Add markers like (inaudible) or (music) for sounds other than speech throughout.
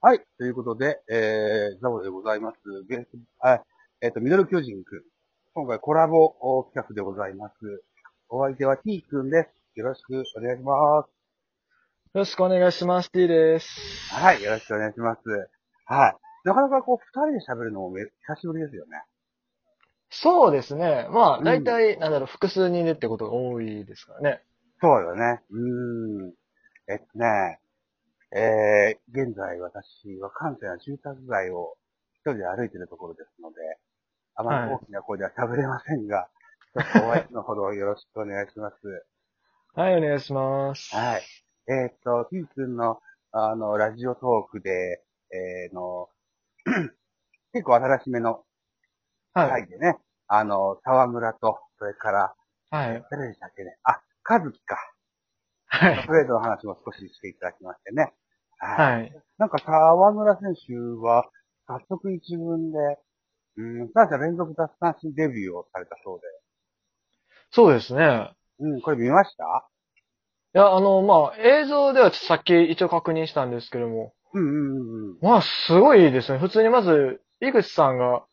はい。ということで、えー、ザボでございます。ゲスト、あ、えっ、と、ミドル巨人くん。今回コラボお企画でございます。お相手は T くんです。よろしくお願いします。よろしくお願いします。T です。はい、よろしくお願いします。はい。なかなかこう、二人で喋るのもめ久しぶりですよね。そうですね。まうあ、ん大体、なんだろう、複数人でってことが多いですからね。そうよね。うーん。えっとね、えー、現在私は関西の住宅街を一人で歩いてるところですので、あまりはい大きな声では喋れませんが、ちょっとお会いのほどよろしくお願いし (laughs) ます。はい、お願いします。はい。えーっと、ピー君の、あの、ラジオトークで、えー、の、 (clears throat) 結構新しめのは回い。でね、あの、沢村と、それから、はい。誰でしたっけね、あ、和樹か。はい。トレードの話も少ししていただきましてね。はいはい。なんか沢村選手は、早速一軍で、うん、三者連続奪三振デビューをされたそうそうですね。で。うん、これ見ましたいや、あの、まあ、映像ではちょっとさっき一応確認したんですけども、うんうんうん。まあ、すごいですね。普通にまず、井口さんが、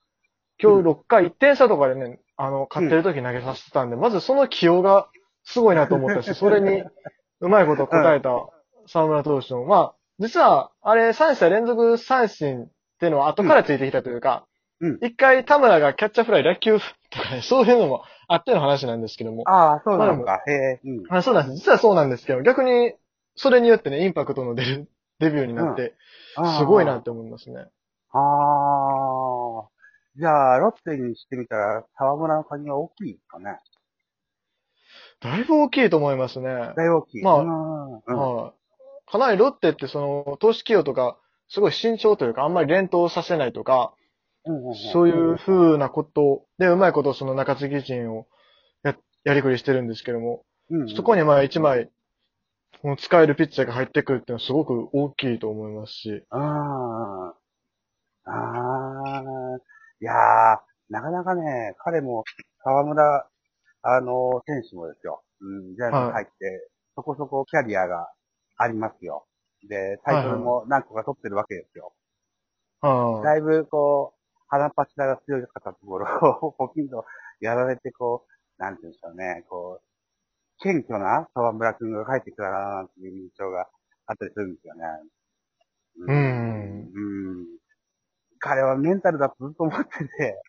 今日6回1点差とかでね、あの、勝ってる時投げさせてたんで、まずその起用がすごいなと思ったし、それに、うまいこと答えた沢村投手の、まあ、実は、あれ、三者連続三振っていうのは後からついてきたというかうんうん、一、回田村がキャッチャーフライ落球 (laughs) とかね、そういうのもあっての話なんですけども、ああ、そうなのか。へえ、うん。あそうなんです。実はそうなんですけど、逆に、それによってね、インパクトの出るデビューになって、あーすごいなっ。て思いますね。ああ。じゃあ、ロッテにしてみたら、沢村の鍵は大きいですかね。だいぶ大きいと思いますね。は大大きい。まあうんうんうんい。かなりロッテってその投資企業とか、すごい慎重というか、あんまり連投させないとか、うんん。そういう風なことで、うまいことその中継ぎ陣をや、やりくりしてるんですけども、うんうんそこにまあ一枚、この使えるピッチャーが入ってくるっていうのはすごく大きいと思いますし、ああ。ああ。いやー、なかなかね、彼も、沢村、あの、選手もですよ。うん、ジャイアンツに入って、そこそこキャリアがありますよ。で、タイトルも何個か取ってるわけですよ。ああだいぶ、こう、鼻パチラが強かったところを、 (laughs) ポキンとやられて、こう、なんて言うんでしょうね、こう、謙虚な沢村くんが帰ってきたな、なんていう印象があったりするんですよね。ううんうん。彼はメンタルだとずっと思ってて、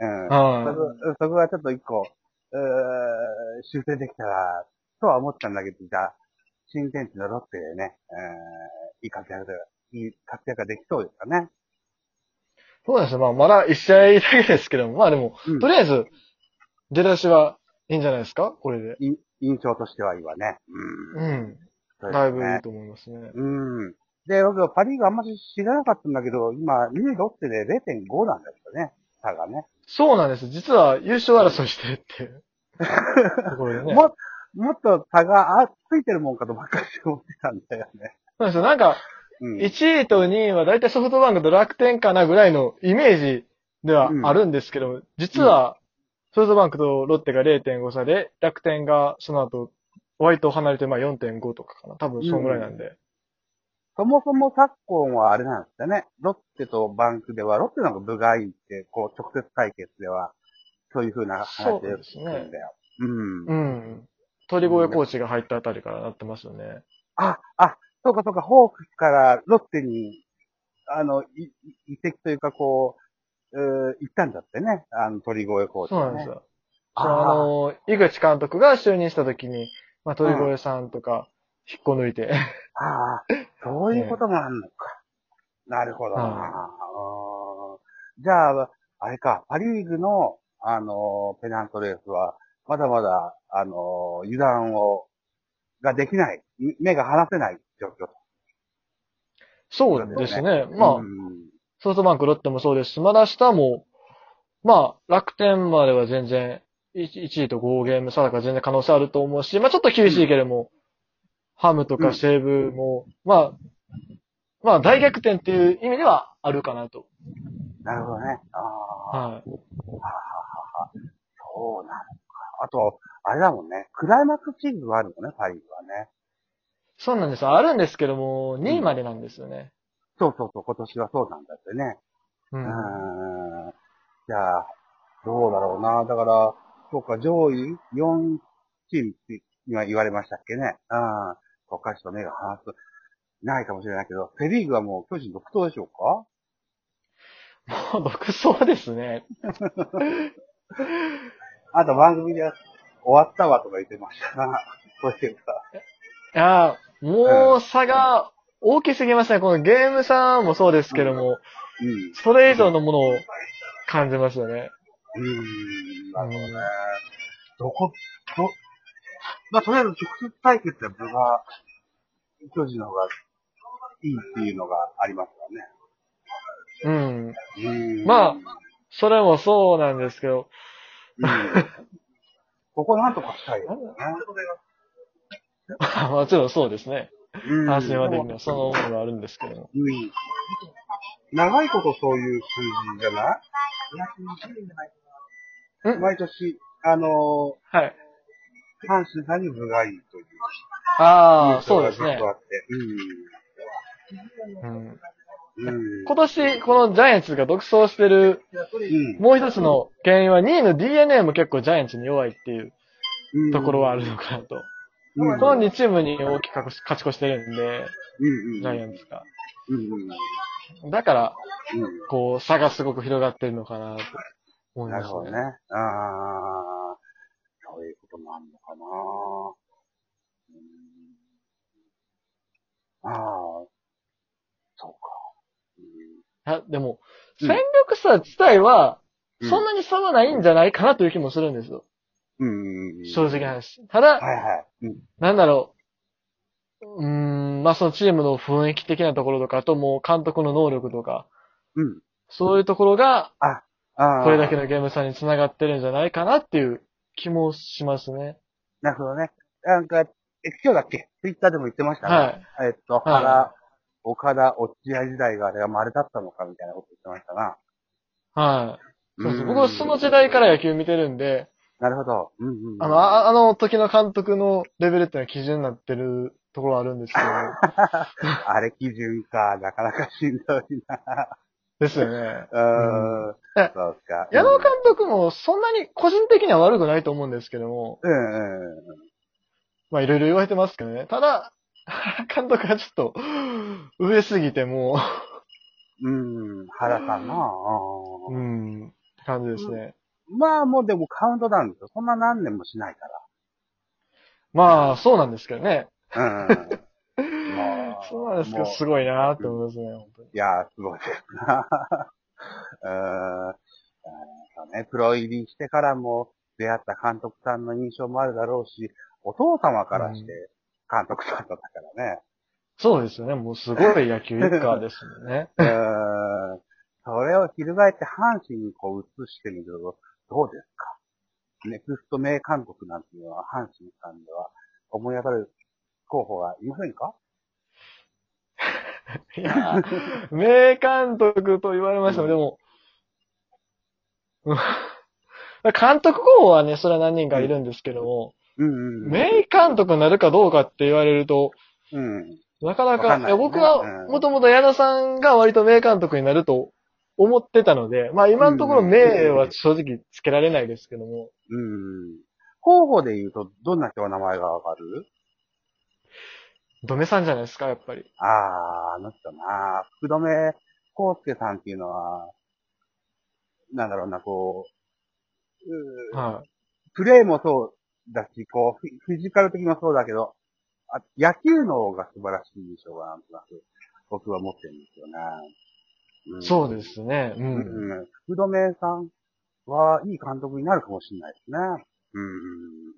うん。あそあこ、そこがちょっと一個、うー修正できたら、とは思ったんだけど、じゃあ、新天地のロッテでね、うんいい活躍だ、いい活躍ができそうですかね。そうですね。まあまだ一試合だけですけども、まあでも、うんとりあえず、出だしはいいんじゃないですかこれで。い印象としては今ね。うん。うん。そうですねだいぶいいと思いますね。うん。で、僕はパリーグあんまり知らなかったんだけど、今、2位ロッテで0.5なんですよね。差がね。そうなんです。実は優勝争いしてるっていう。ところでね。も、もっと差があついてるもんかとばっかり思ってたんだよね。そうですよなんか、うん。 1位と2位はだいたいソフトバンクと楽天かなぐらいのイメージではあるんですけど、実は、ソフトバンクとロッテが0.5差で、楽天がその後、割と離れて、まあ4.5とかかな。多分、そんぐらいなんで。そもそも昨今はあれなんですよね。ロッテとバンクでは、ロッテの方が部がいいって、こう、直接対決では、そういう風な話をそうよでくす聞ねくんだよ。うん。うん。鳥越コーチが入ったあたりからなってますよね。あ、あ、そうかそうか、ホークスからロッテに、あの、いい移籍というか、こう、うー行ったんだってね。あの、鳥越コーチそうがね、なんですよ。ああーの、井口監督が就任した時に、まあ、鳥越さんとか、引っこ抜いて、ああ、そういうこともあるのか。なるほどな、はいあーじゃあ、あれか、パリーグの、あのーペナントレースは、まだまだ、あのー油断を、ができない、み目が離せない状況。そうですね。まあう、んソフトバンク、ロッテもそうですし、まだ下も、まあ、楽天までは全然、1, 位と5ゲーム差だから全然可能性あると思うし、まあちょっと厳しいけれども、ハムとうんか西武も、まあ、まあ大逆転っていう意味ではあるかなと。なるほどね。ああ、はい。そうなのか。あと、あれだもんね。クライマックスシリーズがあるのね、パリーグはね。そうなんです。あるんですけども、2位までなんですよね。そうそうそう、今年はそうなんだってね。う。うんーん。じゃあ、どうだろうな。だから、そうか、上位4チームって今言われましたっけね。うん。国家市と目が離す。ないかもしれないけど、セリーグはもう巨人独走でしょうかも (laughs) う独走ですね。あと番組で終わったわとか言ってました (laughs) な。そういえいやーもう差が大きすぎますね。このゲーム差もそうですけども、ば。それ以上のものを感じますよね。うん。うーん。なるほどね。どこ、ど、まあ、とりあえず直接対決は僕は、巨人の方がいいっていうのがありますからね。うん。うんまそれもそうなんですけ (laughs) ど、うんここなんとかしたいよね。もちろんそうですね。うん阪神はできない。その思いはあるんですけども。うん長いことそういう数字じゃないうん毎年、あのはい。ー、阪神さんに分がいいという。ああ、そうですずっねと。あってうんうん。うん。今年、このジャイアンツが独走してる、うんもう一つの原因は、2位の DNA も結構ジャイアンツに弱いっていううんところはあるのかなと。うんうんこの2チームに大きく勝ち越してるんうんで、うんジャイアンツが。うんうんだから、うんこう、差がすごく広がってるのかなと思いなまるほどすねね。。ああ、そういうこともあるのかな。うん、ああ、そうか。ういやでも、うん戦力差自体は、ん、そんなに差はないんじゃないかなという気もするんですよ。うんうんうん、正直なはい話。たはだ、い。うんなんだろう。うーん、まあそのチームの雰囲気的なところとか、あともう監督の能力とか、うん。そういうところが、ああ、これだけのゲーム差につながってるんじゃないかなっていう気もしますね。なるほどね。なんか、え、今日だっけツイッターでも言ってましたね。はい。い。えっと、原、岡田、落合時代があれが丸だったのかみたいなこと言ってましたな。はい。そうそう僕はその時代。代から野球見てるんで、なるほど。うんうんうん。あの、ああの時の監督のレベルっていうのは基準になってるところはあるんです (laughs) けど、あれ基準か、なかなかしんどいな。ですよね。うーん。そうか。矢野監督もそんなに個人的には悪くないと思うんですけども、うんうん。まあいろいろ言われてますけどね。ただ、 (laughs) 原監督はちょっと、上すぎてもうん、原さんな。う、 (laughs) うん、って感じですね。まあもうでもカウントダウンですよ。そんな何年もしないかまあ、そうなんですけどね。ら。うん。まあそうなんですけど、もうすごいなーって思いますね、本当に。いやー、すごいですな。うーん。うんそうね、プロ入りしてからも出会った監督さんの印象もあるだろうし、お父様からして監督さんだったからね。そうですよね。もうすごい野球一家ですもん (laughs) ね。うーんそれを翻って阪神にこう移してみると、どうですかネクスト名監督なんていうのは阪神さんでは思い当たる候補がいませんかいやー、 (laughs) 名監督と言われましても、でも、うん (laughs) 監督候補はね、それは何人かいるんですけども、うんうんうん。名監督になるかどうかって言われると、うん。なかなか、わかんいないやね僕うはんもともと矢田さんが割と名監督になると思ってたので、まあ今のところ名は正直つけられないですけども、うん。候補で言うと、どんな人の名前がわかるドメさんじゃないですか、やっぱり。あー、あの人な。福留孝介さんっていうのは、なんだろうな、こう、うーはい。プレーもそうだし、こう、フィフィジカル的にもそうだけど、あ野球の方が素晴らしい印象がなんとなく、僕は持ってるんですよね。んそうで。すね。う。うんん、うん。福留さんは、いい監督になるかもしれないですね。うんうん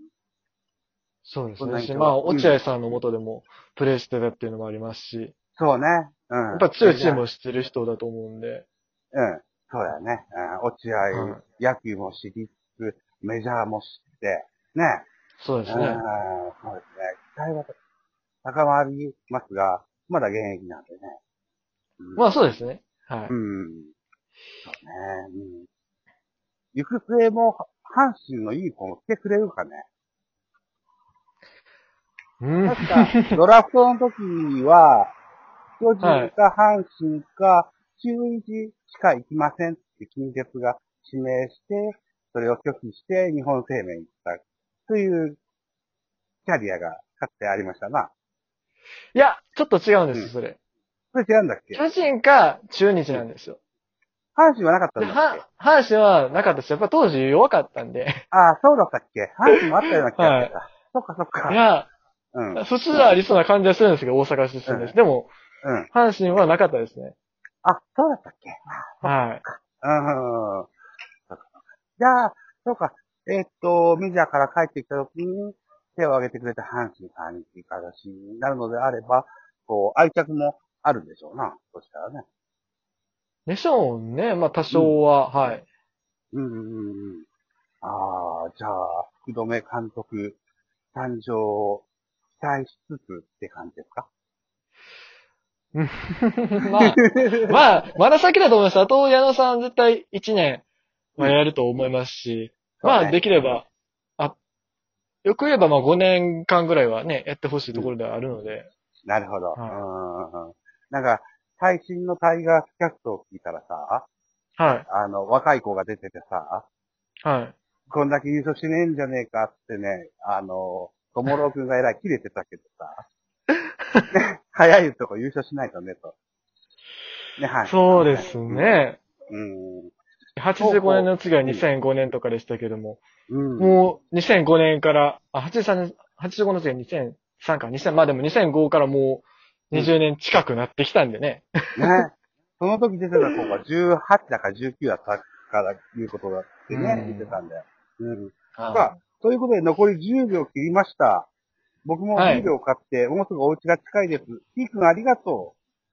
そうですそんなね。印し象まあ、うん落合さんの下でもプレーしてたっていうのもありますし、そうね。うん。やっぱ強いチームを知ってる人だと思うんで、うん。そうやね。うん、落合、はい野球も知りつつ、メジャーも知って、ね。そうですうんそね。うですね。期待は高まりますが、まだ現役なんでね。うんまあそうですね。はい。うん。そうね。うん。行く末も、阪神のいい子も来てくれるかね。うん。確か、ドラフトの時は、巨人か阪神か、中日しか行きませんって近鉄が指名して、それを拒否して日本生命に行ったというキャリアがかつてありましたな。いや、ちょっと違うんでうんす、それ。それ違うんだっけ巨人か中日なんですよ。阪神はなかったで、んだっけは阪神はなかったです。やっぱ当時弱かったんで。ああ、そうだったっけ阪神もあったような気がしてた。そっかそっいか。や、うん。普通はありそうな感じはするんですけど、大阪出身です。でも、うん。阪神はなかったですね。あ、そうだったっけはい。うん。そうかそうかじゃあ、そうか。えーっと、メジャーから帰ってきた時に、手を挙げてくれた阪神さんっていう形になるのであれば、こう、愛着もあるんでしょうな。そしたらね。でしょうね。まあ、多少は、はい。 (laughs) うんうんうん。ああ、じゃあ、福留監督、誕生を期待しつつって感じですか (laughs) まあ、まあ、まだ先だと思います。あと、矢野さん絶対1年、まあ、やると思いますし、まあ、できれば、あ、よく言えば、まあ、5年間ぐらいはね、やってほしいところではあるので、なるほど。はいうんうんうんなんか、最新のタイガースキャストを聞いたらさ、はい、あの、若い子が出ててさ、はい。こんだけ優勝しねえんじゃねえかってね、あの、ともろくんがえらい切れてたけどさ、 (laughs) ね、早いとこ優勝しないとね、と。ね、はい。そうですね。うん。 85年の次は2005年とかでしたけども、うん。もう2005年から、あ、83年、85の次は2003か、2000、まあでも2005からもう20年近くなってきたんでね。ね。その時出てた子が18だか19だったからいうことだってね、うん言ってたんだよ。うん。はさあ、ということで残り10秒切りました。僕もはい10秒買って、もうすぐお家が近いです。ひーくんありがとう。